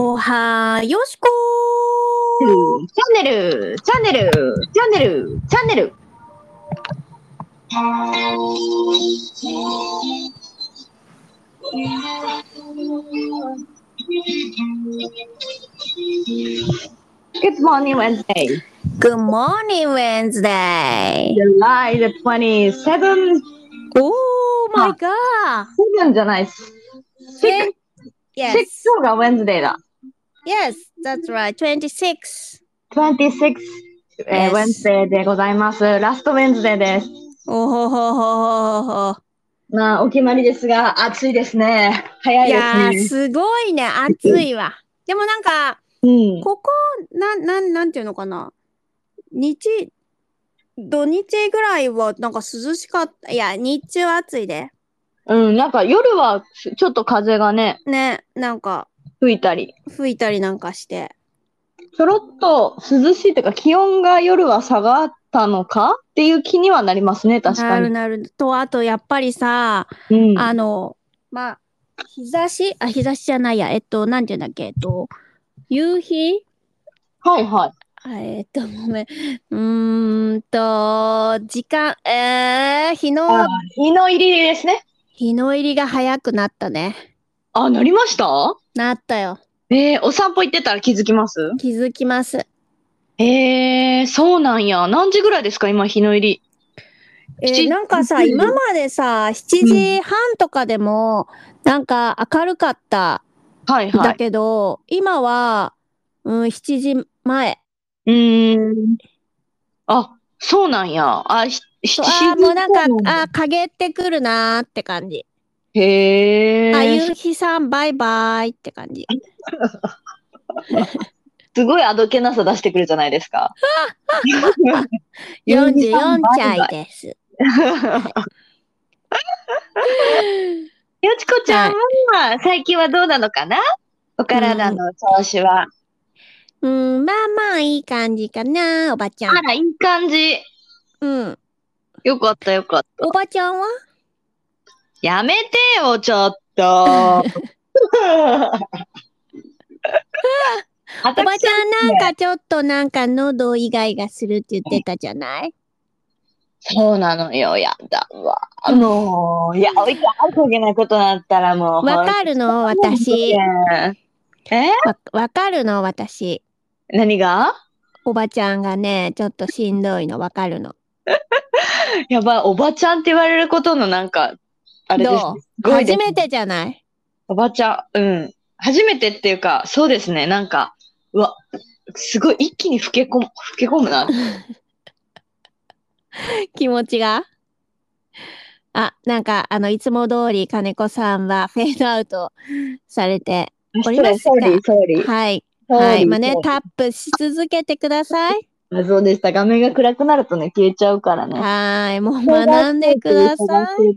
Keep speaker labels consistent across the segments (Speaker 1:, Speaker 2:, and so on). Speaker 1: おはよしこ
Speaker 2: チャンネル、チャンネル、チャンネル、チャンネル。Good morning, Wednesday,
Speaker 1: Good morning, Wednesday!
Speaker 2: July the 27th.
Speaker 1: おー、my god!
Speaker 2: 7じゃないっす。6
Speaker 1: Yes,
Speaker 2: 今日が Wednesday だ。
Speaker 1: yes, that's right, 26!
Speaker 2: 26、え
Speaker 1: Yes.
Speaker 2: ー Wednesday でございます。ラスト Wednesday です。
Speaker 1: おほほほほほほ。
Speaker 2: まあ、お決まりですが、暑いですね。早
Speaker 1: いや
Speaker 2: いで
Speaker 1: ー、
Speaker 2: すね。
Speaker 1: すごいね、暑いわ。でもなんか、
Speaker 2: うん、
Speaker 1: ここ、なん、なん、なんていうのかな。日、土日ぐらいは、なんか涼しかった。いや、日中は暑いで。
Speaker 2: うん、なんか夜はすちょっと風がね、
Speaker 1: ね、なんか、
Speaker 2: 吹いたり、
Speaker 1: 吹いたりなんかして。
Speaker 2: ちょろっと涼しいというか、気温が夜は下がったのかっていう気にはなりますね、確
Speaker 1: な
Speaker 2: か
Speaker 1: る
Speaker 2: に。
Speaker 1: なる。と、あと、やっぱりさ、
Speaker 2: うん、
Speaker 1: あの、まあ、日差しあ、日差しじゃないや。えっと、なんていうんだっけ、えっと、夕日
Speaker 2: はいは
Speaker 1: あえっと、ごめん。うーんと、時間、えー、日の、
Speaker 2: い。日の入りですね。
Speaker 1: 日の入りが早くなったね。
Speaker 2: あ、なりました
Speaker 1: なったよ。
Speaker 2: えー、お散歩行ってたら気づきます
Speaker 1: 気づきます。
Speaker 2: えー、そうなんや。何時ぐらいですか、今、日の入り。
Speaker 1: え
Speaker 2: 七
Speaker 1: ー、なんかさ、
Speaker 2: うん
Speaker 1: 今までさ、7時半とかでも、なんか明るかった。
Speaker 2: はいは
Speaker 1: だ
Speaker 2: い。
Speaker 1: けど、今は、うん、7時前。
Speaker 2: うーん。あ、そうなんや。あ、ひ、ひ、
Speaker 1: そうあーもうなん
Speaker 2: そうなんだ
Speaker 1: か、あー、陰ってくるなーって感じ。
Speaker 2: へえ。
Speaker 1: あ、ゆうひさん、バイバイって感じ。
Speaker 2: すごいあどけなさ出してくるじゃないですか。
Speaker 1: 44歳 です。
Speaker 2: よちこちゃんは最近はどうなのかなお体の調子は。
Speaker 1: うん、まあまあいい感じかな、おばちゃ
Speaker 2: あ
Speaker 1: ん。
Speaker 2: ら、いい感じ。
Speaker 1: うん。
Speaker 2: よかったよかった。
Speaker 1: おばちゃんは
Speaker 2: やめてよ、ちょっ
Speaker 1: お
Speaker 2: と。
Speaker 1: ば
Speaker 2: 私
Speaker 1: ちゃんなんかちょっとなんか喉イガイガするって言ってたじゃない
Speaker 2: そうなのよ、やだわ。もう、いや、いや、こげないことになったらもう。
Speaker 1: わかるの
Speaker 2: ほんと
Speaker 1: 私。
Speaker 2: え
Speaker 1: わわかるの私。
Speaker 2: 何が
Speaker 1: おばちゃんがね、ちょっとしんどいのわかるの。
Speaker 2: やばい、おばちゃんって言われることのなんか、あれですね。
Speaker 1: どう
Speaker 2: すごいで
Speaker 1: 初
Speaker 2: す
Speaker 1: めてじゃない
Speaker 2: おばちゃん、うん。初めてっていうか、そうですね、なんか、うわ、すごい一気に老け込む、老け込むな。
Speaker 1: 気持ちが。あ、なんか、あの、いつも通り金子さんはフェードアウトされておりますか
Speaker 2: そうですそうです
Speaker 1: はい。
Speaker 2: そうです
Speaker 1: はい。まあね
Speaker 2: そ、うです
Speaker 1: タップし続けてください。
Speaker 2: あそうでした。画面が暗くなるとね、消えちゃうからね。
Speaker 1: はい。もう学んでください。
Speaker 2: い。い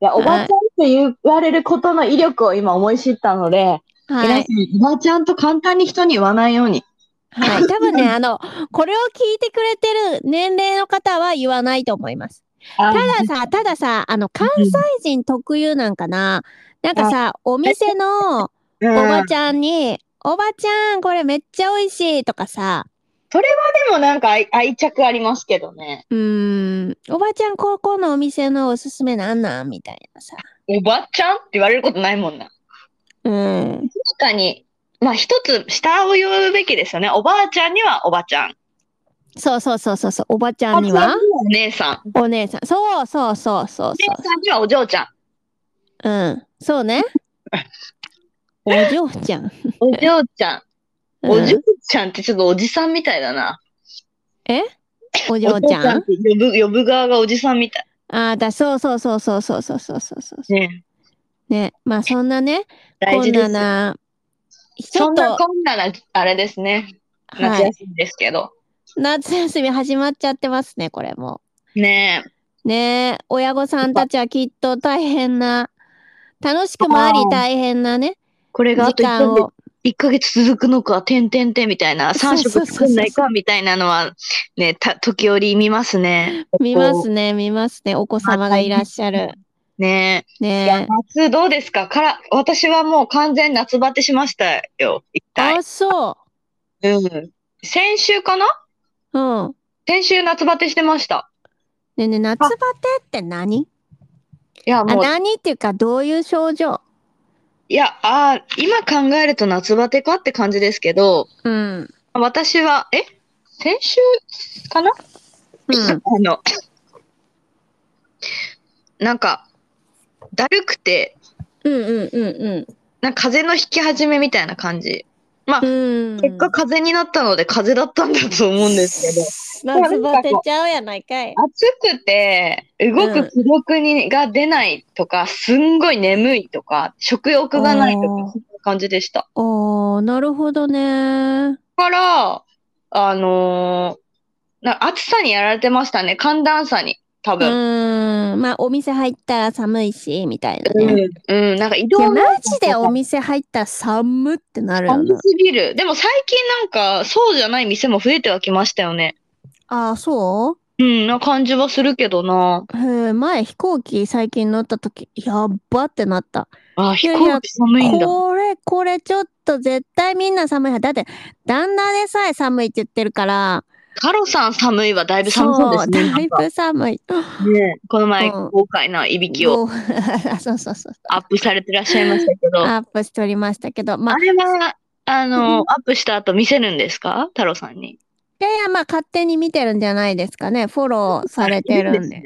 Speaker 2: や、おばちゃんって言われることの威力を今思い知ったので、
Speaker 1: は
Speaker 2: 皆
Speaker 1: い。
Speaker 2: さん、おばちゃんと簡単に人に言わないように。
Speaker 1: はい。多分ね、あの、これを聞いてくれてる年齢の方は言わないと思います。
Speaker 2: た
Speaker 1: たださ、たださ、あの、関西人特有なんかな。なんかさ、お店のお
Speaker 2: うん、おば
Speaker 1: ば
Speaker 2: ち
Speaker 1: ちゃんに、おばちゃん、これめっちゃ美味しいとかさ、
Speaker 2: ゃんでもなんか愛愛着ありますけどね。
Speaker 1: うーん、おばちゃん、ここのお店のおすすめなんなんみたいなさ。
Speaker 2: おばちゃんって言われることないもんな。
Speaker 1: うん。
Speaker 2: 確かに、まあ一つ下を言うべきですよね。おばあちゃんにはおばちゃん。
Speaker 1: そうそうそうそうそう、おばちゃんに
Speaker 2: おばあち
Speaker 1: は
Speaker 2: ゃんにお姉さん。お
Speaker 1: お姉さん。そうそうそうそうそ
Speaker 2: 姉さんにはお嬢ちゃん。
Speaker 1: う。うん。そう ね。お嬢ちゃん。
Speaker 2: お嬢ちゃ
Speaker 1: う
Speaker 2: ん。
Speaker 1: ん
Speaker 2: お嬢ちゃんってちょっとおじさんみたいだな。
Speaker 1: お
Speaker 2: お
Speaker 1: 嬢ちゃん
Speaker 2: 嬢。って呼ぶ呼ぶ側がおじさんみたい。
Speaker 1: ああ、だ、そうそうそうそうそうそうそうそうそう。
Speaker 2: ね、
Speaker 1: ね。まあそんなね、
Speaker 2: 大
Speaker 1: こん
Speaker 2: 事で
Speaker 1: な
Speaker 2: す。
Speaker 1: な、ち
Speaker 2: そ
Speaker 1: ょ
Speaker 2: ん
Speaker 1: っ
Speaker 2: な
Speaker 1: と、
Speaker 2: こんななあれですね。
Speaker 1: はい。
Speaker 2: 夏休みですけど。
Speaker 1: 夏休み始まっちゃってますね、これもう。
Speaker 2: ねえ。
Speaker 1: ねえ、親御さんたちはきっと大変な、楽しくもあり大変なね、
Speaker 2: これがあ
Speaker 1: 時
Speaker 2: と1ヶ
Speaker 1: 間
Speaker 2: 月
Speaker 1: を。
Speaker 2: 一ヶ月続くのか、てんてんてんみたいな、
Speaker 1: そう
Speaker 2: 3
Speaker 1: そうそう
Speaker 2: 食
Speaker 1: そう
Speaker 2: 作んないかみたいなのは、ね、た時折見ますね。
Speaker 1: 見ますね、見ますね、お子様がいらっしゃる。
Speaker 2: ねえ。いや
Speaker 1: ね、
Speaker 2: 夏どうですかから、私はもう完全夏バテしましたよ、一
Speaker 1: え。
Speaker 2: 回。
Speaker 1: あ、そ
Speaker 2: うん。先週かな
Speaker 1: う。うん。
Speaker 2: 先週夏バテしてました。
Speaker 1: ねえねえ、夏バテって何
Speaker 2: いや、
Speaker 1: あ、
Speaker 2: もう、
Speaker 1: 何っていうか、どういう症状
Speaker 2: いや、あー今考えると夏バテかって感じですけど、
Speaker 1: うん。
Speaker 2: 私は、え先週かな、
Speaker 1: うん。
Speaker 2: あの、なんか、だるくて、
Speaker 1: うんうんうん
Speaker 2: なんか風邪の引き始めみたいな感じ。
Speaker 1: うん。うん。
Speaker 2: 結果風邪になったので風邪だったんだと思うんですけど。
Speaker 1: 夏バテちゃうやないかい。
Speaker 2: 暑くて動
Speaker 1: うん
Speaker 2: く気力に、が出ないとか、すんごい眠いとか、食欲がないとか、
Speaker 1: あー
Speaker 2: そういう感じでした。
Speaker 1: あー、なるほどね。
Speaker 2: だから、あのーな暑さにやられてましたね。寒暖差に、多
Speaker 1: う
Speaker 2: 分。
Speaker 1: ーん。まあ、お店入ったら寒いし、みたいな
Speaker 2: うん、
Speaker 1: ね。
Speaker 2: うんなんか移
Speaker 1: いや、
Speaker 2: 動
Speaker 1: マジでお店入ったら寒ってなるよ
Speaker 2: 寒
Speaker 1: な。
Speaker 2: すぎる。でも最近なんか、そうじゃない店も増えてはきましたよね。
Speaker 1: ああ、そう
Speaker 2: うん、な感じはするけどな。
Speaker 1: へえ、前飛行機最近乗った時、やっばってなった。
Speaker 2: あ、飛
Speaker 1: やいや
Speaker 2: 行機寒いんだ。
Speaker 1: これ、これちょっと絶対みんな寒いはず。だって、旦那でさえ寒いって言ってるから、
Speaker 2: カロさん寒いはだいぶ寒そうですね。
Speaker 1: だいぶ寒い。
Speaker 2: なんかねこの前、
Speaker 1: うん
Speaker 2: 豪快ないびきを。
Speaker 1: もうそう そうそう。
Speaker 2: アップされてらっしゃいましたけど、あ
Speaker 1: アップしておりましたけど、まあ、
Speaker 2: れは、あ
Speaker 1: う
Speaker 2: の、アップした後見せるんですか太郎さんに。
Speaker 1: いやいや、まあ、勝手に見てるんじゃないですかね。フォローされてるんで。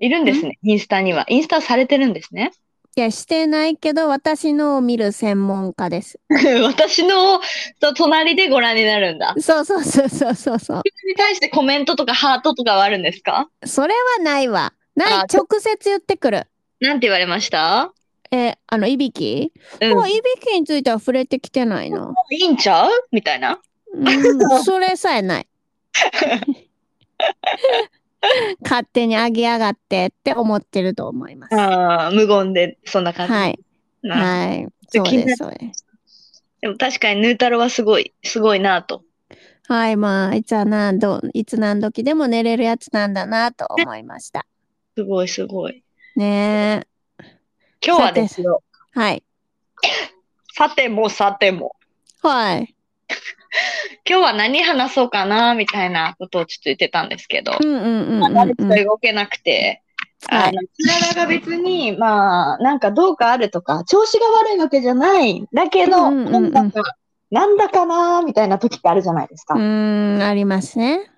Speaker 2: いるんですね。インスタには。インスタされてるんですね。
Speaker 1: いや、してないけど、私のを見る専門家です。
Speaker 2: 私のと隣でご覧になるんだ。
Speaker 1: そうそうそうそうそうそう。
Speaker 2: それに対してコメントとかハートとかはあるんですか
Speaker 1: それはないわ。ない、
Speaker 2: あ
Speaker 1: 直接言ってくる。
Speaker 2: なんて言われました
Speaker 1: えーあの、いびき、
Speaker 2: うん。
Speaker 1: も
Speaker 2: も
Speaker 1: ういびきについては触れてきてない な。
Speaker 2: ういいんちゃうみたいな。
Speaker 1: うん、それさえない。 勝手にあげやがってって思ってると思います。
Speaker 2: ああ、無言で、そんな感じ。
Speaker 1: はい。
Speaker 2: な
Speaker 1: はい。
Speaker 2: ちょ
Speaker 1: そう
Speaker 2: っと気に
Speaker 1: で
Speaker 2: な
Speaker 1: す、
Speaker 2: っ
Speaker 1: そうです。
Speaker 2: でも確かにヌータロはすごい、すごいなと。
Speaker 1: はい、まあ、いつは何度、いつ何時でも寝れるやつなんだなと思いました。
Speaker 2: すごいすごい。
Speaker 1: ねえ。
Speaker 2: 今日はですよ。
Speaker 1: はい。
Speaker 2: さてもさても。
Speaker 1: はい。
Speaker 2: 今日は何話そうかなみたいなことをちょっと言ってたんですけど、
Speaker 1: うんうんうん
Speaker 2: ま
Speaker 1: う
Speaker 2: あ
Speaker 1: ん
Speaker 2: 悪、
Speaker 1: う
Speaker 2: く
Speaker 1: ん。
Speaker 2: 動けなくて、
Speaker 1: は
Speaker 2: あ
Speaker 1: い。
Speaker 2: の体が別に、まあ、なんかどうかあるとか、調子が悪いわけじゃない。だけど、
Speaker 1: うんうんうん
Speaker 2: なんだか、なんだかなみたいな時ってあるじゃないですか。
Speaker 1: うーん、ありますね。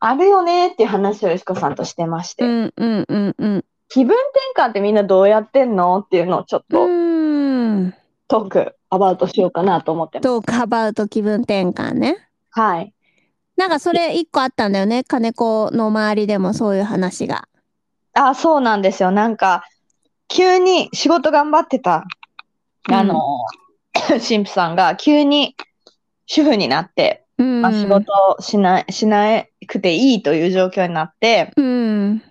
Speaker 2: あるよねっていう話をよしこさんとしてまして、
Speaker 1: うんうんうんうん。
Speaker 2: 気分転換ってみんなどうやってんのっていうのをちょっ
Speaker 1: う
Speaker 2: と
Speaker 1: ーん。
Speaker 2: トーク、アバウトしようかなと思ってます。
Speaker 1: トークアバウト気分転換ね。
Speaker 2: はい。
Speaker 1: なんかそれ一個あったんだよね。金子の周りでもそういう話が。
Speaker 2: あ、そうなんですよ。なんか、急に仕事頑張ってた、あの、 神父さんが急に主婦になって、
Speaker 1: うん。
Speaker 2: まあ、仕事をしない、しなくていいという状況になって、
Speaker 1: うん。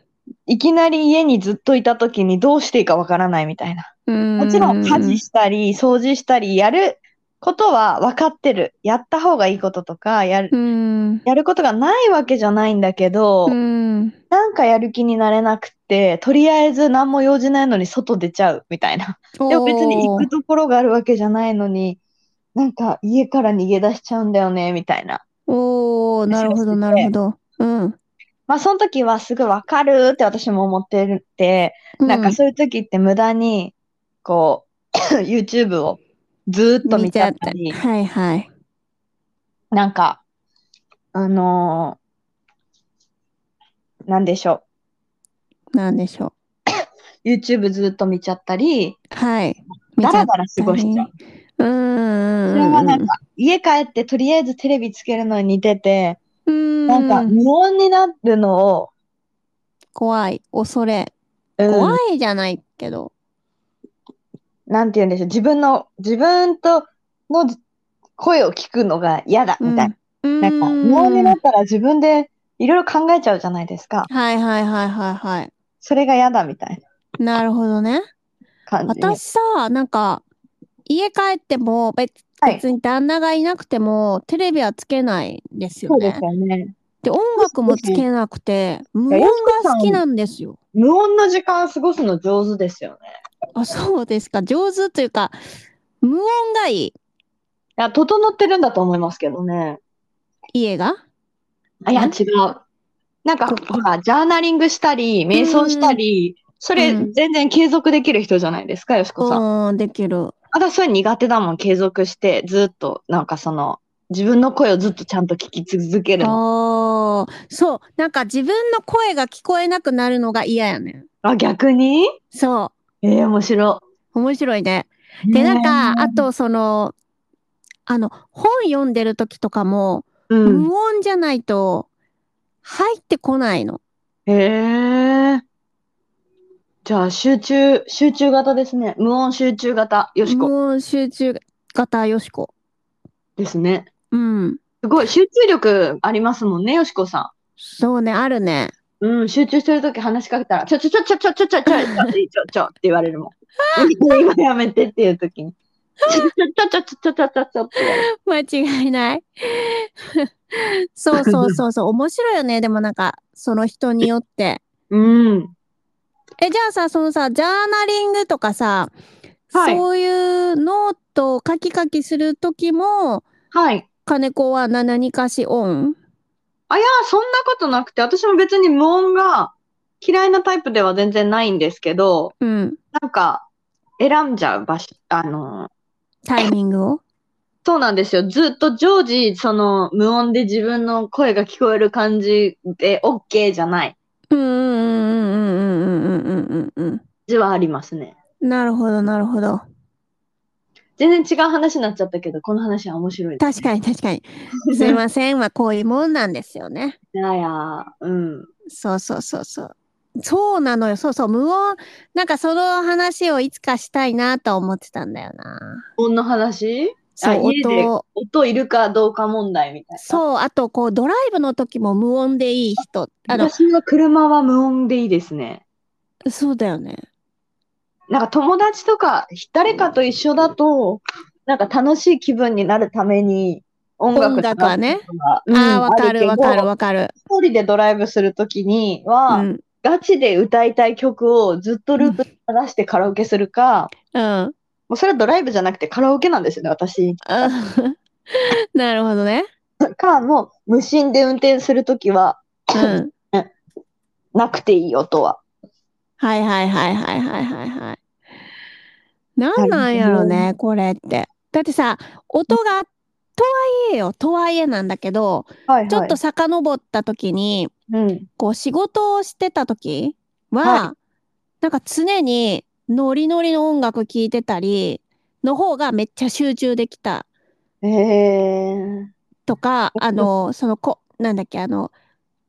Speaker 2: いきなり家にずっといた時にどうしていいかわからないみたいな。
Speaker 1: うん。
Speaker 2: もちろん家事したり、掃除したり、やることは分かってる。やった方がいいこととか、やる、
Speaker 1: うん。
Speaker 2: やることがないわけじゃないんだけど、
Speaker 1: うん。
Speaker 2: なんかやる気になれなくて、とりあえず何も用事ないのに外出ちゃうみたいな。でも別に行くところがあるわけじゃないのに、なんか家から逃げ出しちゃうんだよね、みたいな。
Speaker 1: おーおーなるほど、なるほど。うん。
Speaker 2: まあその時はすぐわかるって私も思ってるって、なんかそういう時って無駄に、こう、YouTube をずーっと見ちゃった
Speaker 1: 見
Speaker 2: り
Speaker 1: ちゃ、ったはいはい。
Speaker 2: なんか、あのーなんでしょ
Speaker 1: なんでしょ
Speaker 2: う。YouTube ずーっと見ちゃったり、
Speaker 1: う。はい。
Speaker 2: だら
Speaker 1: た
Speaker 2: だら過ごしちゃう。
Speaker 1: うーん。
Speaker 2: それはなんか、家帰ってとりあえずテレビつけるのに似てて、
Speaker 1: うん。
Speaker 2: なんか無音になるのを、
Speaker 1: 怖い。恐れ。
Speaker 2: うん
Speaker 1: 怖いじゃないけど。
Speaker 2: なんて言うんでしょう、自分の、自分との声を聞くのが嫌だ、みたいな。
Speaker 1: うん。
Speaker 2: なんか、無音になったら自分でいろいろ考えちゃうじゃないですか。
Speaker 1: はいはいはいはいはい。
Speaker 2: それが嫌だ、みたいな
Speaker 1: なるほどね。
Speaker 2: 感じに。
Speaker 1: 私さ、なんか、家帰っても別、
Speaker 2: はい
Speaker 1: 別に旦那がいなくても、テレビはつけないんですよ
Speaker 2: そうで
Speaker 1: ね
Speaker 2: す。よね。
Speaker 1: で、音楽もつけなくて、無音が好きなんですよ。
Speaker 2: 無音の時間過ごすの上手ですよね。
Speaker 1: あ、そうですか。上手というか、無音がいい。
Speaker 2: いや、整ってるんだと思いますけどね。
Speaker 1: 家が
Speaker 2: あ、いや、
Speaker 1: ん
Speaker 2: 違う。なんか、ほら、ジャーナリングしたり、瞑想したり、それ
Speaker 1: うん
Speaker 2: 全然継続できる人じゃないですか、よしこさん。
Speaker 1: うん、できる。
Speaker 2: 私は苦手だもん、継続して、ずっと、なんかその、自分の声をずっとちゃんと聞き続けるの。
Speaker 1: ああ、そう。なんか自分の声が聞こえなくなるのが嫌やねん。
Speaker 2: あ、逆に
Speaker 1: そ
Speaker 2: ええ面白
Speaker 1: う。面白いね。
Speaker 2: い。
Speaker 1: で、な
Speaker 2: ね
Speaker 1: んか、あと、その、あの、本読んでる時とかも、
Speaker 2: うん。
Speaker 1: 無音じゃないと、入ってこないの。
Speaker 2: へえ。じゃあ、集中、集中型ですね。無音集中型、よしこ
Speaker 1: 無音集中型よしこ。
Speaker 2: ですね。
Speaker 1: うん。
Speaker 2: すごい、集中力ありますもんね、よしこさん。
Speaker 1: そうね、あるね。
Speaker 2: うん、集中してるとき話しかけたら、ちょちょちょちょちょちょちょちょちょちょって言われるもん。今やめてっていうときに。ちょちょちょちょちょちょちょって言われる。
Speaker 1: 間違いない。 そうそうそうそう。面白いよね。でもなんか、その人によって。
Speaker 2: うん。
Speaker 1: え、じゃあさ、そのさ、ジャーナリングとかさ、
Speaker 2: はい
Speaker 1: そういうノートをカキカキするときも、
Speaker 2: はい。
Speaker 1: 金子は何かしオン
Speaker 2: あ、いや、そんなことなくて、私も別に無音が嫌いなタイプでは全然ないんですけど、
Speaker 1: うん。
Speaker 2: なんか選んじゃう場所、あの、
Speaker 1: タイミングを。
Speaker 2: そうなんですよ。ずっと常時、その無音で自分の声が聞こえる感じで OK じゃない。
Speaker 1: うんうんうんうんうんうんうんうん
Speaker 2: 字はありますね。
Speaker 1: うん。なるほど、なるほど。
Speaker 2: 全然違う話になっちゃったけど、この話は面白いです。
Speaker 1: 確かに確かに。すいません。まあ、こういうもんなんですよね。
Speaker 2: いやいや、うん。
Speaker 1: そうそうそうそう。そうなのよ。そうそう。無音。なんかその話をいつかしたいなと思ってたんだよな。
Speaker 2: 音の話
Speaker 1: そう、
Speaker 2: 家で
Speaker 1: 音。
Speaker 2: 音いるかどうか問題みたいな。
Speaker 1: そう、あとこう、ドライブの時も無音でいい人。あの、
Speaker 2: 私の車は無音でいいですね。
Speaker 1: そうだよね。
Speaker 2: なんか友達とか、誰かと一緒だと、なんか楽しい気分になるために音楽
Speaker 1: 音楽はね
Speaker 2: とかうん
Speaker 1: ああ、わか
Speaker 2: あけ
Speaker 1: る
Speaker 2: ど
Speaker 1: わかるわかる。
Speaker 2: 一人でドライブするときには、
Speaker 1: うん。
Speaker 2: ガチで歌いたい曲をずっとループで流してカラオケするか、
Speaker 1: うん。
Speaker 2: もうそれはドライブじゃなくてカラオケなんですよね、私。
Speaker 1: なるほどね。
Speaker 2: か、もう無心で運転するときは、
Speaker 1: うん。
Speaker 2: なくていい音は。
Speaker 1: はいはいはいはいはいはいはい。なんなんやろ
Speaker 2: な
Speaker 1: ね、これって。だってさ、音が、とはいえよ、とはいえなんだけど、
Speaker 2: はい、はい。
Speaker 1: ちょっと、遡った時に、
Speaker 2: うん。
Speaker 1: こう仕事をしてた時は、なんか常にノリノリの音楽聴いてたりの方がめっちゃ集中できた
Speaker 2: えー、
Speaker 1: とか、
Speaker 2: うん
Speaker 1: あの、そのこ、なんだっけ、あの、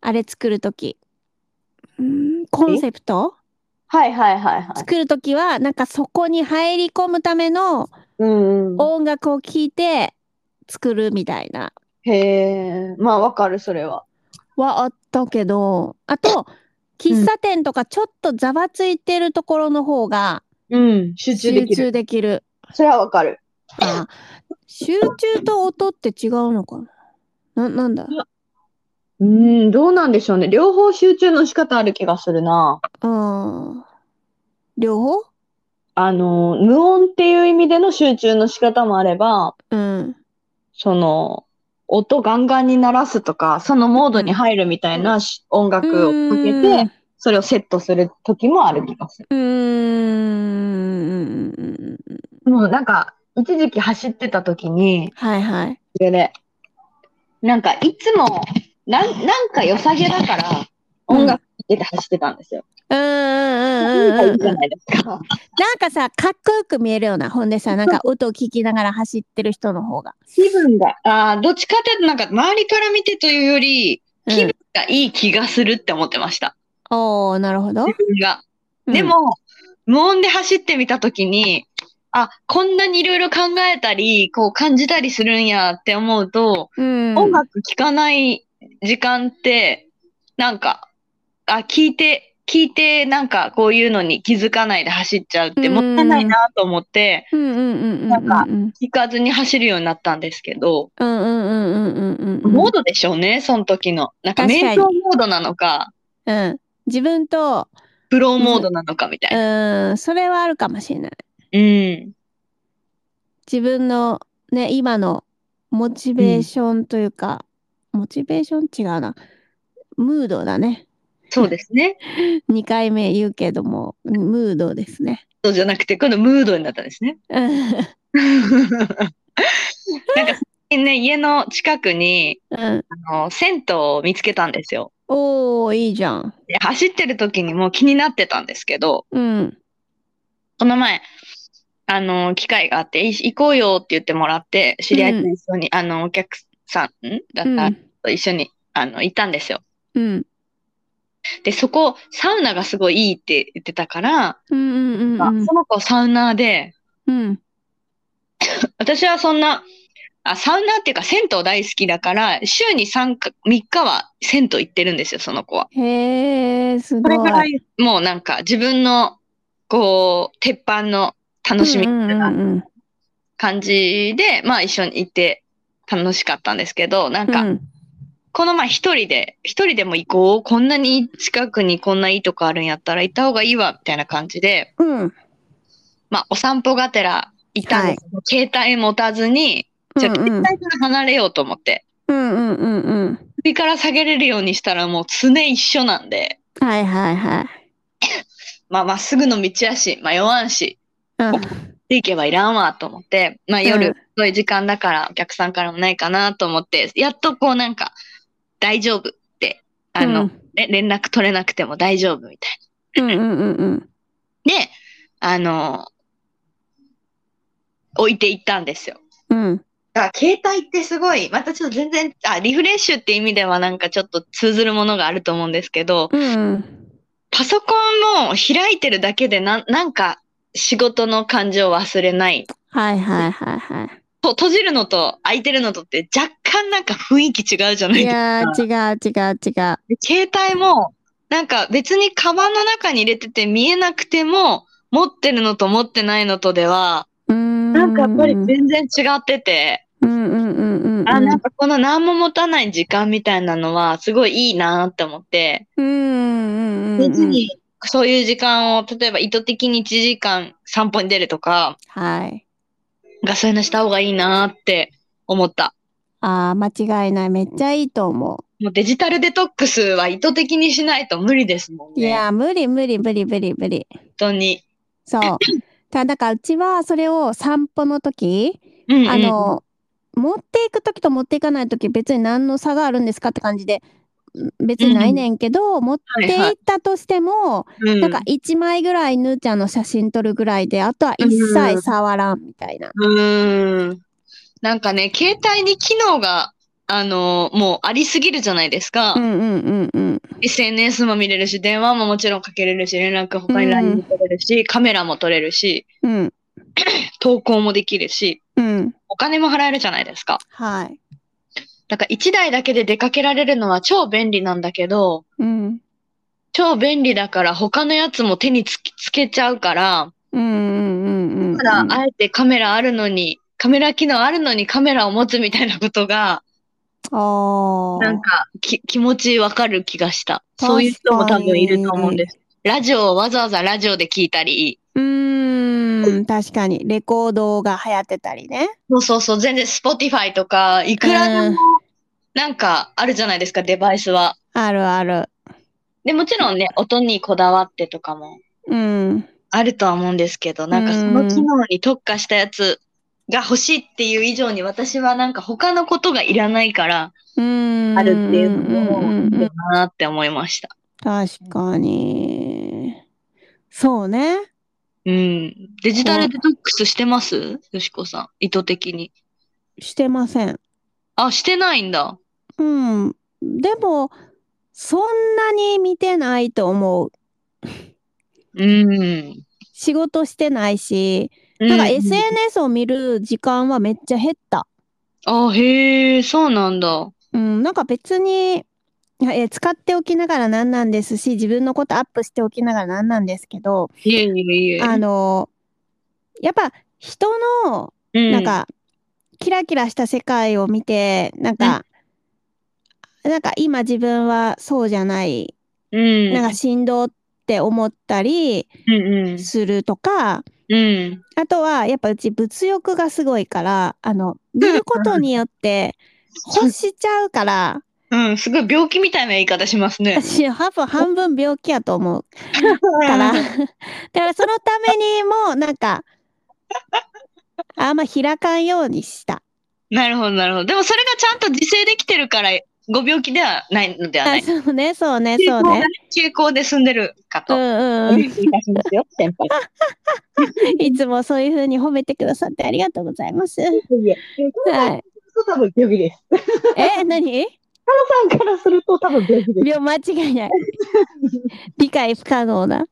Speaker 1: あれ作る時うーんコンセプト
Speaker 2: はいはいはいはい。
Speaker 1: 作る時は、なんかそこに入り込むための
Speaker 2: うん、うん。
Speaker 1: 音楽を聴いて作るみたいな
Speaker 2: へえ、まあわかる、それは。
Speaker 1: はあったけど、あと、喫茶店とかちょっとざわついてるところの方が
Speaker 2: うん、集中で
Speaker 1: 集
Speaker 2: きる。
Speaker 1: 中できる。
Speaker 2: それはわかる。
Speaker 1: あ集中と音って違うのかなな、なんだ
Speaker 2: うん、どうなんでしょうね。両方集中の仕方ある気がするな。
Speaker 1: うん。両方
Speaker 2: あの、無音っていう意味での集中の仕方もあれば、
Speaker 1: うん。
Speaker 2: その、音ガンガンに鳴らすとか、そのモードに入るみたいなし音楽をかけ
Speaker 1: うーん
Speaker 2: て、それをセットする時もある気がする。
Speaker 1: うーん。
Speaker 2: もうなんか、一時期走ってた時に、
Speaker 1: はいはい。
Speaker 2: それで、なんかいつも、なんなんか良さげだから、
Speaker 1: うん
Speaker 2: 音楽聴いてて走ってたんですよ。
Speaker 1: うんうんうん
Speaker 2: な
Speaker 1: うんん
Speaker 2: かいいじ
Speaker 1: う
Speaker 2: ゃ
Speaker 1: ん。
Speaker 2: ないですか。
Speaker 1: なんかさ、かっこよく見えるような。ほんでさ、なんか音を聞きながら走ってる人の方が。
Speaker 2: 気分が、ああ、どっちかっていうと、なんか周りから見てというより、
Speaker 1: うん
Speaker 2: 気分がいい気がするって思ってました。
Speaker 1: おー、なるほど。
Speaker 2: 自分が。
Speaker 1: うん
Speaker 2: で、も、無音で走ってみたときに、あ、こんなにいろいろ考えたり、こう感じたりするんやって思うと、
Speaker 1: うん、
Speaker 2: 音楽聴かない時間って、なんか、あ、聴いて聞いてなんかこういうのに気づかないで走っちゃうってもったいないなと思って、
Speaker 1: うんうんうんうんうんうん。
Speaker 2: なんか行かずに走るようになったんですけど、
Speaker 1: うんうんうんうんうんうん。
Speaker 2: モードでしょうね、その時の。なんか
Speaker 1: 確か
Speaker 2: 瞑
Speaker 1: に
Speaker 2: 想モードなのか、
Speaker 1: うん。自分と、
Speaker 2: フローモードなのかみたいな。
Speaker 1: うん、それはあるかもしれない。
Speaker 2: うん。
Speaker 1: 自分のね、今のモチベーションというか、モチベーション違うな。ムードだね。
Speaker 2: そうですね。
Speaker 1: 2回目言うけども、ムードですね。
Speaker 2: そうじゃなくて、今度ムードになったんですね。
Speaker 1: うん。
Speaker 2: なんか最近ね、家の近くに
Speaker 1: うん
Speaker 2: あの銭湯を見つけたんですよ。
Speaker 1: おー、いいじゃん。
Speaker 2: で走ってる時にもう気になってたんですけど、
Speaker 1: うん。
Speaker 2: この前、あの、機会があって、い行こうよって言ってもらって、知り合いと一緒に、あの、お客さんんだ
Speaker 1: うん。
Speaker 2: ったと一緒に、あの、行ったんですよ。
Speaker 1: うん。
Speaker 2: で、そこ、サウナがすごいいいって言ってたから、
Speaker 1: うんうん
Speaker 2: あ
Speaker 1: うん
Speaker 2: その子サウナーで、
Speaker 1: うん。
Speaker 2: 私はそんな、あ、サウナーっていうか銭湯大好きだから、週に3か、3日は銭湯行ってるんですよ、その子は。
Speaker 1: うん。へー、す
Speaker 2: こ
Speaker 1: ご
Speaker 2: れから
Speaker 1: い。
Speaker 2: もうなんか自分の、こう、鉄板の楽しみ
Speaker 1: うん
Speaker 2: み
Speaker 1: う
Speaker 2: たい
Speaker 1: んう
Speaker 2: なん感じで、まあ一緒に行って楽しかったんですけど、なん
Speaker 1: うん。
Speaker 2: か、この前一人で、一人でも行こう、こんなに近くにこんないいとこあるんやったら行った方がいいわ、みたいな感じで、
Speaker 1: うん。うん。
Speaker 2: まあお散歩がてら行ったんですけど、携帯持たずに、じゃあ
Speaker 1: うん
Speaker 2: 携
Speaker 1: うん
Speaker 2: 帯から離れようと思って。
Speaker 1: うんうんうんうん。
Speaker 2: 首から下げれるようにしたらもう常一緒なんで、
Speaker 1: はいはいはい。
Speaker 2: まあまっすぐの道やし、迷わんし、
Speaker 1: うん。
Speaker 2: で行けばいらんわと思って、まあ
Speaker 1: う
Speaker 2: 夜
Speaker 1: ん、
Speaker 2: そういう時間だからお客さんからもないかなと思って、やっとこうなんか、大丈夫って、あの、
Speaker 1: うん
Speaker 2: れ連絡取れなくても大丈夫みたい
Speaker 1: うんうんうんうん。
Speaker 2: な。で、あの、置いていったんですよ。
Speaker 1: うん。
Speaker 2: だから携帯ってすごい、またちょっと全然、あ、リフレッシュって意味ではなんかちょっと通ずるものがあると思うんですけど、
Speaker 1: うん。
Speaker 2: パソコンも開いてるだけでなんなんか仕事の感情を忘れない
Speaker 1: はいはいはいは。
Speaker 2: と閉じるのと開いてるのとって若干なんか雰囲気違うじゃない
Speaker 1: い
Speaker 2: いですか
Speaker 1: やー、違う違う違う。
Speaker 2: で携帯もなんか別にカバンの中に入れてて見えなくても持ってるのと持ってないのとでは
Speaker 1: うーん。
Speaker 2: なんかやっぱり全然違ってて、
Speaker 1: うんうんうんうんうん。
Speaker 2: あなんかこの何も持たない時間みたいなのはすごいいいなって思って
Speaker 1: うんうんうんうん。
Speaker 2: 別。にそういう時間を例えば意図的に1時間散歩に出るとか
Speaker 1: はい。
Speaker 2: がそういうのした方がいいなって思った。
Speaker 1: あー、間違いない。めっちゃいいと思う。
Speaker 2: もうデジタルデトックスは意図的にしないと無理ですもん
Speaker 1: い
Speaker 2: ね。
Speaker 1: やー、無理無理無理無理無理。
Speaker 2: 本当に。
Speaker 1: そう。ただだからうちはそれを散歩の時、
Speaker 2: うんうん
Speaker 1: あの、持っていく時と持っていかない時別に何の差があるんですかって感じで、うん別にないねんけど、持っていったとしても、
Speaker 2: うん、
Speaker 1: なんか1枚ぐらいぬーちゃんの写真撮るぐらいで、あとは一切触らんみたいな。
Speaker 2: うーん。なんかね、携帯に機能が、あのもうありすぎるじゃないですか。
Speaker 1: うんうんうんうん。
Speaker 2: SNS も見れるし、電話ももちろんかけれるし、連絡他に LINE も取れるし、カメラも取れるし、
Speaker 1: うん。
Speaker 2: 投稿もできるし、
Speaker 1: うん。
Speaker 2: お金も払えるじゃないですか。
Speaker 1: はい。
Speaker 2: なんか一台だけで出かけられるのは超便利なんだけど、
Speaker 1: うん。
Speaker 2: 超便利だから他のやつも手につきつけちゃうから、
Speaker 1: うんうんうんうん。
Speaker 2: ただあえてカメラあるのに、カメラ機能あるのにカメラを持つみたいなことが、
Speaker 1: あ
Speaker 2: なんかき気持ちわかる気がした。そういう人も多分いると思うんです。ラジオをわざわざラジオで聞いたり、
Speaker 1: ー。うーん。確かに。レコードが流行ってたりね。
Speaker 2: そうそうそう、全然 Spotify とか、いくらでもなんかあるじゃないですか、デバイスは。
Speaker 1: あるある。
Speaker 2: で、もちろんね、音にこだわってとかも
Speaker 1: うん。
Speaker 2: あるとは思うんですけど、なんかその機能に特化したやつが欲しいっていう以上に私はなんか他のことがいらないから
Speaker 1: うん。
Speaker 2: あるっていうのも
Speaker 1: うんうん
Speaker 2: い
Speaker 1: うん
Speaker 2: いなって思いました。
Speaker 1: 確かに。そうね。
Speaker 2: うん。デジタルデトックスしてますよしこさん。意図的に。
Speaker 1: してません。
Speaker 2: あ、してないんだ。
Speaker 1: うん。でも、そんなに見てないと思う。
Speaker 2: うん。
Speaker 1: 仕事してないし、なんか SNS を見る時間はめっちゃ減った。
Speaker 2: あ、へえ、そうなんだ。
Speaker 1: うん、なんか別にいやえー使っておきながらなんなんですし、自分のことアップしておきながらなんなんですけど、
Speaker 2: いえいえいえ。
Speaker 1: あの、やっぱ人の、
Speaker 2: うん
Speaker 1: なん、か、キラキラした世界を見て、なんか、なんか今自分はそうじゃない、
Speaker 2: うん。
Speaker 1: なんか振動って思ったり
Speaker 2: うんうん。
Speaker 1: するとか、
Speaker 2: うん。
Speaker 1: あとは、やっぱうち物欲がすごいから、あの、見ることによって欲しちゃうから、
Speaker 2: うん、すごい病気みたいな言い方しますね。
Speaker 1: 私、半分、半分病気やと思うから、 だからそのためにも、なんか、あんま開かんようにした。
Speaker 2: なるほど、なるほど。でもそれがちゃんと自制できてるから、ご病気ではないのではな
Speaker 1: あ、
Speaker 2: い。
Speaker 1: そうね、そうね、
Speaker 2: 傾
Speaker 1: そう
Speaker 2: 向
Speaker 1: ね
Speaker 2: が。傾向で済んでるか
Speaker 1: う
Speaker 2: と。
Speaker 1: ん
Speaker 2: お
Speaker 1: うん。
Speaker 2: 願いいたしますよ、先輩。
Speaker 1: いつもそういうふうに褒めてくださってありがとうございます。
Speaker 2: いや、
Speaker 1: はい。
Speaker 2: 多分病気です。
Speaker 1: え、何
Speaker 2: さんからすると多分病気
Speaker 1: 秒間違いない。 理解不可能な。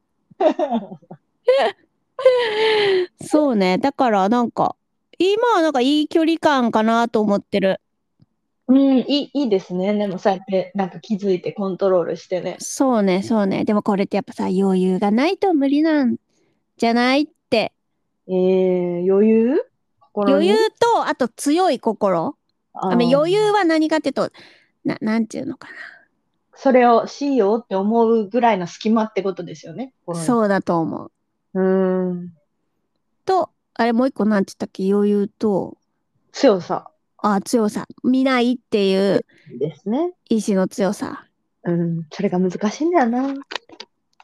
Speaker 1: そうね。だからなんか、今はなんかいい距離感かなと思ってる。
Speaker 2: うん、いい、いいですね。でもそうやって、なんか気づいてコントロールしてね。
Speaker 1: そうね、そうね。でもこれってやっぱさ、余裕がないと無理なんじゃないって。
Speaker 2: えー、余裕心
Speaker 1: 余
Speaker 2: に
Speaker 1: 裕と、あと強い心。
Speaker 2: あ
Speaker 1: あ
Speaker 2: ー
Speaker 1: 余裕は何かっていうと、な、なんていうのか
Speaker 2: それをしようって思うぐらいの隙間ってことですよね。
Speaker 1: な。
Speaker 2: う。
Speaker 1: そうだと思う。
Speaker 2: うん。
Speaker 1: と、あれもう一個なんて言ったっけ余裕と、
Speaker 2: 強さ
Speaker 1: あ、強さ。見ないっていう
Speaker 2: ですね。
Speaker 1: 意志の強さ。
Speaker 2: うん。それが難しいんだよな。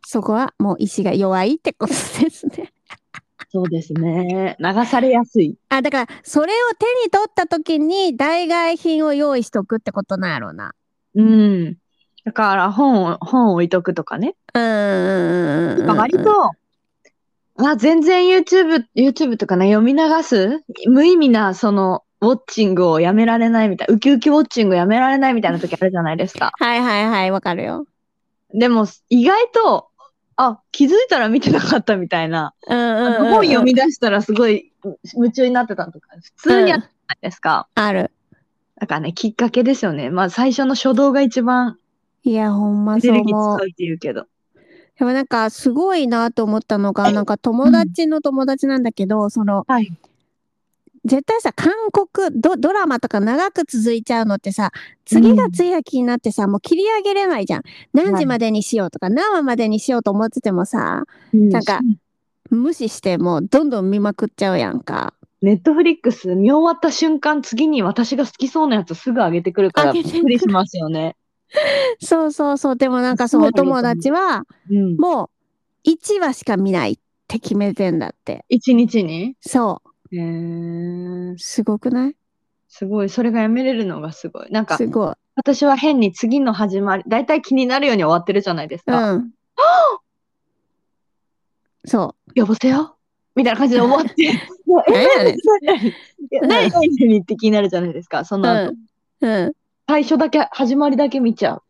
Speaker 1: そこはもう意志が弱いってことですね。
Speaker 2: そうですね。流されやすい。
Speaker 1: あ、だから、それを手に取った時に代替品を用意しとくってことなんやろうな。
Speaker 2: うん。だから本を、本を置いとくとかね。
Speaker 1: うんうんうんうんうん。
Speaker 2: なんか割と、あ、全然 YouTube、YouTube とかね、読み流す無意味な、その、ウォッチングをやめられないみたい、ウキウキウォッチングやめられないみたいな時あるじゃないですか。
Speaker 1: はいはいはい、わかるよ。
Speaker 2: でも、意外と、あ、気づいたら見てなかったみたいな。
Speaker 1: うんうんうんうん、
Speaker 2: 本読み出したらすごい夢中になってたとか、普通にあるじゃないですか。
Speaker 1: ある。
Speaker 2: だからね、きっかけですよね。まあ、最初の初動が一番
Speaker 1: いや、ほんま
Speaker 2: エ
Speaker 1: そ
Speaker 2: ネ
Speaker 1: う
Speaker 2: ルギ
Speaker 1: 思
Speaker 2: ー
Speaker 1: う
Speaker 2: 使う。っていうけど。
Speaker 1: でもなんか、すごいなと思ったのが、なんか友達の友達なんだけど、その、
Speaker 2: はい。
Speaker 1: 絶対さ、韓国ドドラマとか長く続いちゃうのってさ、次が次が気になってさ、もう切り上げれないじゃん。何時までにしようとか、何話までにしようと思っててもさ、
Speaker 2: な
Speaker 1: なんか、無視してもうどんどん見まくっちゃうやんか。
Speaker 2: ネットフリックス見終わった瞬間、次に私が好きそうなやつすぐ上げてくるから、
Speaker 1: 上
Speaker 2: び
Speaker 1: げてく
Speaker 2: っ
Speaker 1: る
Speaker 2: くりしますよね。
Speaker 1: そうそうそう。でもなんかそのお友達は、
Speaker 2: うん。
Speaker 1: もう1話しか見ないって決めてんだって。
Speaker 2: 一日に
Speaker 1: そ
Speaker 2: へー
Speaker 1: う。すごくない
Speaker 2: すごい。それがやめれるのがすごい。なんか
Speaker 1: す、ごい。
Speaker 2: 私は変に次の始まり、だいたい気になるように終わってるじゃないです
Speaker 1: う
Speaker 2: か。
Speaker 1: ん。そ
Speaker 2: やばせよみたいな感じで終わって、もう
Speaker 1: う。
Speaker 2: え
Speaker 1: なんやねん。
Speaker 2: 何 何何々って気になるじゃないですか。その後、
Speaker 1: うん。うん。
Speaker 2: 最初だけ、始まりだけ見ちゃう。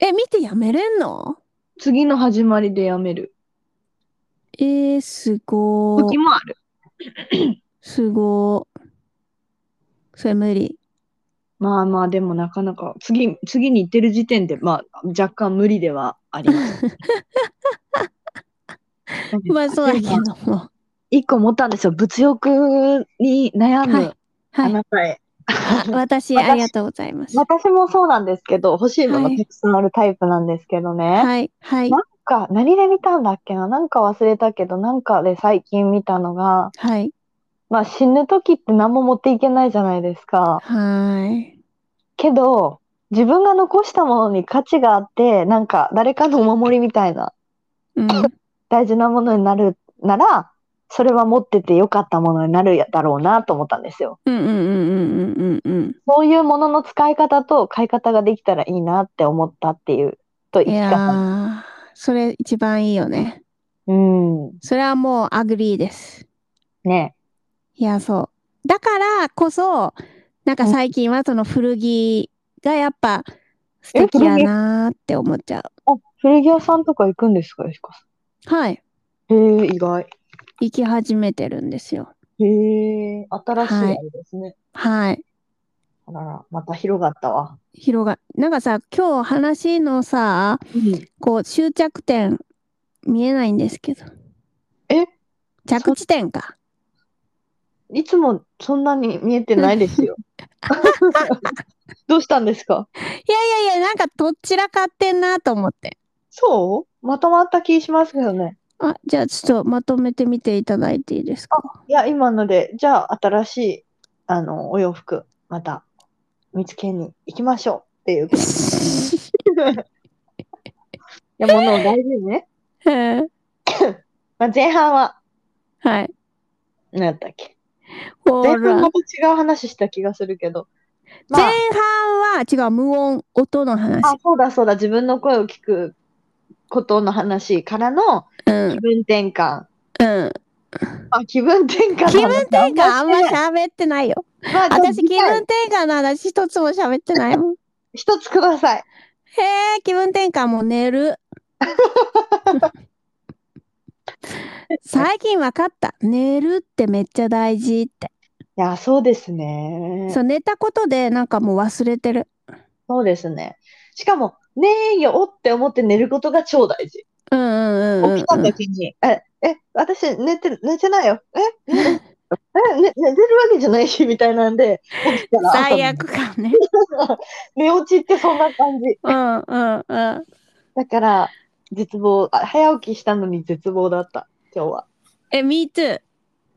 Speaker 1: え、見てやめれんの
Speaker 2: 次の始まりでやめる。
Speaker 1: えー、すご
Speaker 2: 時
Speaker 1: ー。
Speaker 2: もある。
Speaker 1: すごー。それ無理。
Speaker 2: まあまあ、でもなかなか、次、次に行ってる時点で、まあ、若干無理ではあります。
Speaker 1: まあそうだけども。
Speaker 2: 一個思ったんですよ。物欲に悩
Speaker 1: はい
Speaker 2: むあ
Speaker 1: はい。
Speaker 2: なたへ。
Speaker 1: あ私、ありがとうございます。
Speaker 2: 私もそうなんですけど、欲しいも
Speaker 1: は
Speaker 2: の
Speaker 1: い
Speaker 2: たくさんあるタイプなんですけどね。
Speaker 1: はい。はい。
Speaker 2: なんか、何で見たんだっけななんか忘れたけど、なんかで最近見たのが、
Speaker 1: はい。
Speaker 2: まあ死ぬ時って何も持っていけないじゃないですか。
Speaker 1: はい。
Speaker 2: けど、自分が残したものに価値があって、なんか誰かのお守りみたいな
Speaker 1: うん。
Speaker 2: 大事なものになるなら、それは持っててよかったものになるやだろうなと思ったんですよ。
Speaker 1: うんうんうんうんうんうん
Speaker 2: そういうものの使い方と買い方ができたらいいなって思ったっていうと
Speaker 1: うん。い
Speaker 2: 言っ
Speaker 1: や
Speaker 2: た。
Speaker 1: ー、それ一番いいよね。
Speaker 2: うん。
Speaker 1: それはもうアグリーです。
Speaker 2: ね。
Speaker 1: いや、そう。だからこそ、なんか最近はその古着がやっぱ素敵やなーって思っちゃう。
Speaker 2: あ、古着屋さんとか行くんですか、よしこさ
Speaker 1: はい。
Speaker 2: ん。へえ、意外。
Speaker 1: 行き始めてるんですよ。
Speaker 2: へえ、新しいあれですね。
Speaker 1: はい。
Speaker 2: あらら、また広がったわ。
Speaker 1: 広が、なんかさ、今日話のさ、こう、終着点、見えないんですけど。
Speaker 2: え
Speaker 1: 着地点か。
Speaker 2: いつもそんなに見えてないです よ。どうしたんですか
Speaker 1: いやいやいや、なんかどちらかってんなと思って。
Speaker 2: そうまとまった気しますけどね。
Speaker 1: あ、じゃあちょっとまとめてみていただいていいですか。
Speaker 2: いや、今ので、じゃあ新しい、あの、お洋服、また見つけに行きましょうっていう。いや、ものを大事にね。
Speaker 1: うん
Speaker 2: まあ、前半は、
Speaker 1: はい。
Speaker 2: 何やったっけ
Speaker 1: ほ
Speaker 2: 前
Speaker 1: ら。
Speaker 2: 半また違う話した気がするけど。ま
Speaker 1: 前
Speaker 2: あ、
Speaker 1: 半は違う、無音、音の話。
Speaker 2: あそうだそうだ、自分の声を聞くことの話からの
Speaker 1: うん、
Speaker 2: 気分転換。
Speaker 1: うん。
Speaker 2: あ、気分転換の話。
Speaker 1: 気分転換あんま
Speaker 2: り。
Speaker 1: 喋ってないよ。
Speaker 2: まあ、
Speaker 1: 私、気
Speaker 2: 気
Speaker 1: 分
Speaker 2: 分。
Speaker 1: 転換の話一つも喋ってないもん。
Speaker 2: 一つください。
Speaker 1: へえ、気分転換も寝 る。最近分かった。寝るってめっちゃ大事って。
Speaker 2: いや、そうですね。
Speaker 1: そう、寝たことでなんかもう忘れてる。
Speaker 2: そうですね。しかも、ねえよって思って寝ることが超大事。
Speaker 1: うんうんうんうん
Speaker 2: 起きた時に、え、え、私寝てる、寝てないよ。え、寝てるえ、ね、寝てるわけじゃないし、みたいなんで、起きたら、
Speaker 1: 最悪かね。
Speaker 2: 寝落ちってそんな感じ。
Speaker 1: うんうんうん。
Speaker 2: だから、絶望、あ、早起きしたのに絶望だった、今日は。
Speaker 1: え、me too。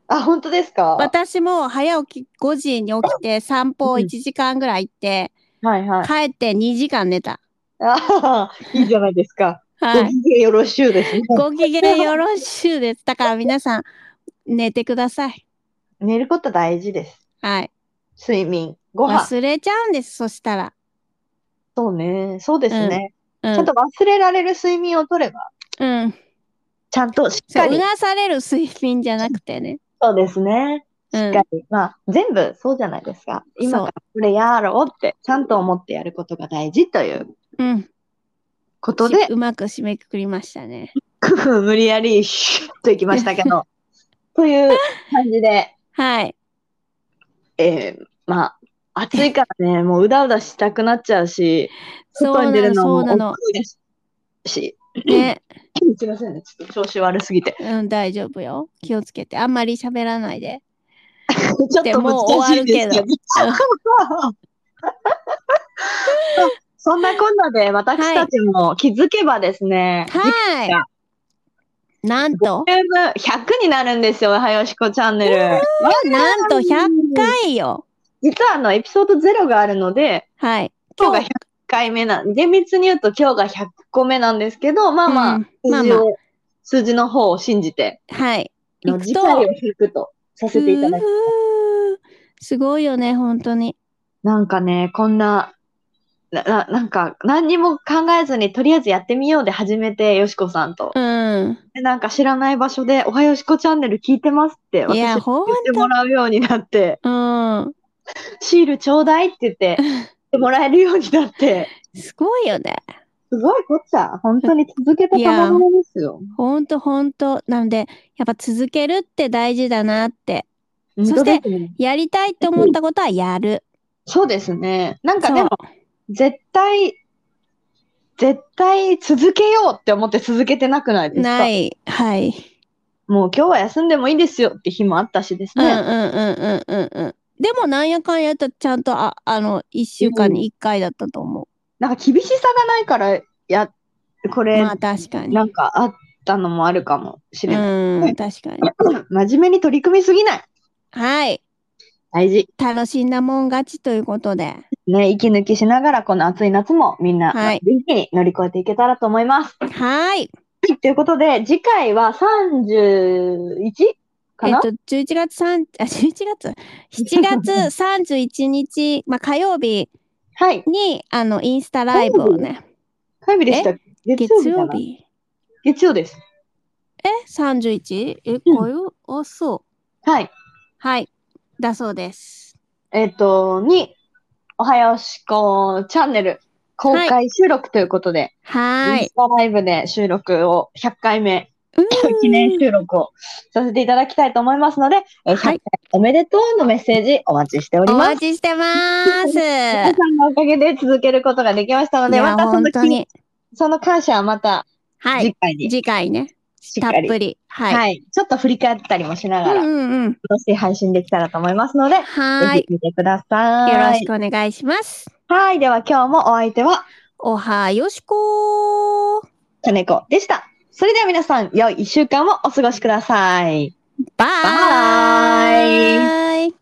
Speaker 2: あ、本当ですか
Speaker 1: 私も早起き5時に起きて散歩を1時間ぐらい行って、
Speaker 2: はいはい。
Speaker 1: 帰って2時間寝た。
Speaker 2: あははいいじゃないですか。
Speaker 1: は
Speaker 2: ご
Speaker 1: い。
Speaker 2: 機嫌よろしゅうですね。
Speaker 1: ご機嫌よろしゅうです。だから皆さん、寝てください。
Speaker 2: 寝ること大事です。
Speaker 1: はい。
Speaker 2: 睡眠、ご飯。
Speaker 1: 忘れちゃうんです、そしたら。
Speaker 2: そうね。そうですね。
Speaker 1: う
Speaker 2: ちゃん
Speaker 1: ん
Speaker 2: と。忘れられる睡眠をとれば、
Speaker 1: うん。
Speaker 2: ちゃんとしっ
Speaker 1: そ
Speaker 2: か
Speaker 1: う、う
Speaker 2: り。
Speaker 1: なされる睡眠じゃなくてね。
Speaker 2: そうですね。
Speaker 1: う
Speaker 2: しっ
Speaker 1: ん
Speaker 2: か。り。まあ、全部そうじゃないですか。今
Speaker 1: そう
Speaker 2: からこれやろうって、ちゃんと思ってやることが大事という
Speaker 1: うん。
Speaker 2: こ とで、
Speaker 1: うまく締めくくりましたね。
Speaker 2: 工夫無理やりシュッといきましたけ ど、という感じで、
Speaker 1: はい。
Speaker 2: えーまあ、暑いからね、もううだうだしたくなっちゃうし、
Speaker 1: そう
Speaker 2: 外
Speaker 1: な
Speaker 2: に出る
Speaker 1: の、
Speaker 2: の
Speaker 1: そうな
Speaker 2: も
Speaker 1: の
Speaker 2: 億。劫ですし、
Speaker 1: ね。
Speaker 2: すいませんね、ちょっと調子悪すぎて。
Speaker 1: うん、大丈夫よ。気をつけて。あんまり喋らないで。
Speaker 2: ちょっと難しいんですけど。そんなこんなで私たちも気づけばですね、
Speaker 1: は
Speaker 2: や
Speaker 1: い。なんと、
Speaker 2: ボリューム100になるんですよ、おはよしこチャンネル。
Speaker 1: なんと100回よ。
Speaker 2: 実はあのエピソード0があるので、
Speaker 1: はい。
Speaker 2: 今日が100回目な、厳密に言うと今日が100個目なんですけど、まあまあ、
Speaker 1: うん
Speaker 2: 数字を、
Speaker 1: まあ
Speaker 2: 数字の方を信じて、
Speaker 1: はい。
Speaker 2: あの
Speaker 1: 行く
Speaker 2: 次回を
Speaker 1: と、
Speaker 2: 100とさせていただき、
Speaker 1: うーすごいよね、本当に。
Speaker 2: なんかね、こんな、な、ななんか、何にも考えずに、とりあえずやってみようで始めて、よしこさんと。
Speaker 1: うん。
Speaker 2: でなんか知らない場所で、おはよしこチャンネル聞いてますっ
Speaker 1: い
Speaker 2: て、私
Speaker 1: や、
Speaker 2: 言っ
Speaker 1: ほん
Speaker 2: てもらうようになって。
Speaker 1: うん。
Speaker 2: シールちょうだいって言って、言ってもらえるようになって、
Speaker 1: すごいよね。
Speaker 2: すごいこっちゃ、本当に続けたたまものですよ。
Speaker 1: ほんとほんと。なので、やっぱ続けるって大事だなって。
Speaker 2: 本
Speaker 1: そ
Speaker 2: 当
Speaker 1: して
Speaker 2: ですね、
Speaker 1: やりたいって思ったことはやる。
Speaker 2: そうですね。なんか
Speaker 1: そう
Speaker 2: でも、絶対、絶対続けようって思って続けてなくないですか
Speaker 1: ない。はい。
Speaker 2: もう今日は休んでもいいですよって日もあったしです
Speaker 1: うんうん
Speaker 2: ね。
Speaker 1: うんうんうんうん。でも、なんやかんやったらちゃんと、あ、あの、1週間に1回だったと思
Speaker 2: なんか厳しさがないから、や、こ
Speaker 1: う。
Speaker 2: れ、
Speaker 1: まあ、確かに。
Speaker 2: なんかあったのもあるかもしれない。
Speaker 1: うん、確かに。
Speaker 2: 真面目に取り組みすぎない。
Speaker 1: はい。
Speaker 2: 大事。
Speaker 1: 楽しんだもん勝ちということで。
Speaker 2: ね、息抜きしながら、この暑い夏もみんな、
Speaker 1: はい
Speaker 2: 元気に乗り越えていけたらと思います。
Speaker 1: はい。
Speaker 2: はい、ということで、次回は 31? か
Speaker 1: えっ
Speaker 2: な、
Speaker 1: と、11月三あ、11月 ?7 月31日、まあ、火曜日
Speaker 2: はい。
Speaker 1: に、あの、インスタライブを ね、
Speaker 2: 火曜日でしたっけ月曜
Speaker 1: 月
Speaker 2: 日だ
Speaker 1: 曜
Speaker 2: な
Speaker 1: 日。
Speaker 2: 月曜です。
Speaker 1: え ?31? え、火曜、あ、そう。
Speaker 2: はい。
Speaker 1: はい。だそうです。
Speaker 2: えっ、と、に、おはよしこチャンネル公開収録ということで、
Speaker 1: は
Speaker 2: イン
Speaker 1: い
Speaker 2: ス。タライブで収録を100回目記念収録をさせていただきたいと思いますので、えー100
Speaker 1: は
Speaker 2: 回
Speaker 1: い
Speaker 2: おめでとうのメッセージお待ちしており
Speaker 1: お
Speaker 2: ます
Speaker 1: 待。ちしてます。
Speaker 2: 皆さんのおかげで続けることができましたの
Speaker 1: い
Speaker 2: で、
Speaker 1: や
Speaker 2: またそ
Speaker 1: 本
Speaker 2: の
Speaker 1: 当に。
Speaker 2: その感謝はまた
Speaker 1: は
Speaker 2: 次
Speaker 1: い。
Speaker 2: 回に
Speaker 1: 次回ね。
Speaker 2: しっ
Speaker 1: っ
Speaker 2: たかり、
Speaker 1: ぷり。はい。
Speaker 2: はい、ちょっと振り返ったりもしなが
Speaker 1: う
Speaker 2: ら、
Speaker 1: んうんうん。
Speaker 2: 楽しい配信できたらと思いますので、ぜ
Speaker 1: はーい
Speaker 2: ひ。見てください。
Speaker 1: よろしくお願いします。
Speaker 2: はい、では今日もお相手は
Speaker 1: おはよしこー
Speaker 2: 金子でした。それでは皆さん、良い一週間をお過ごしください。
Speaker 1: バイバイ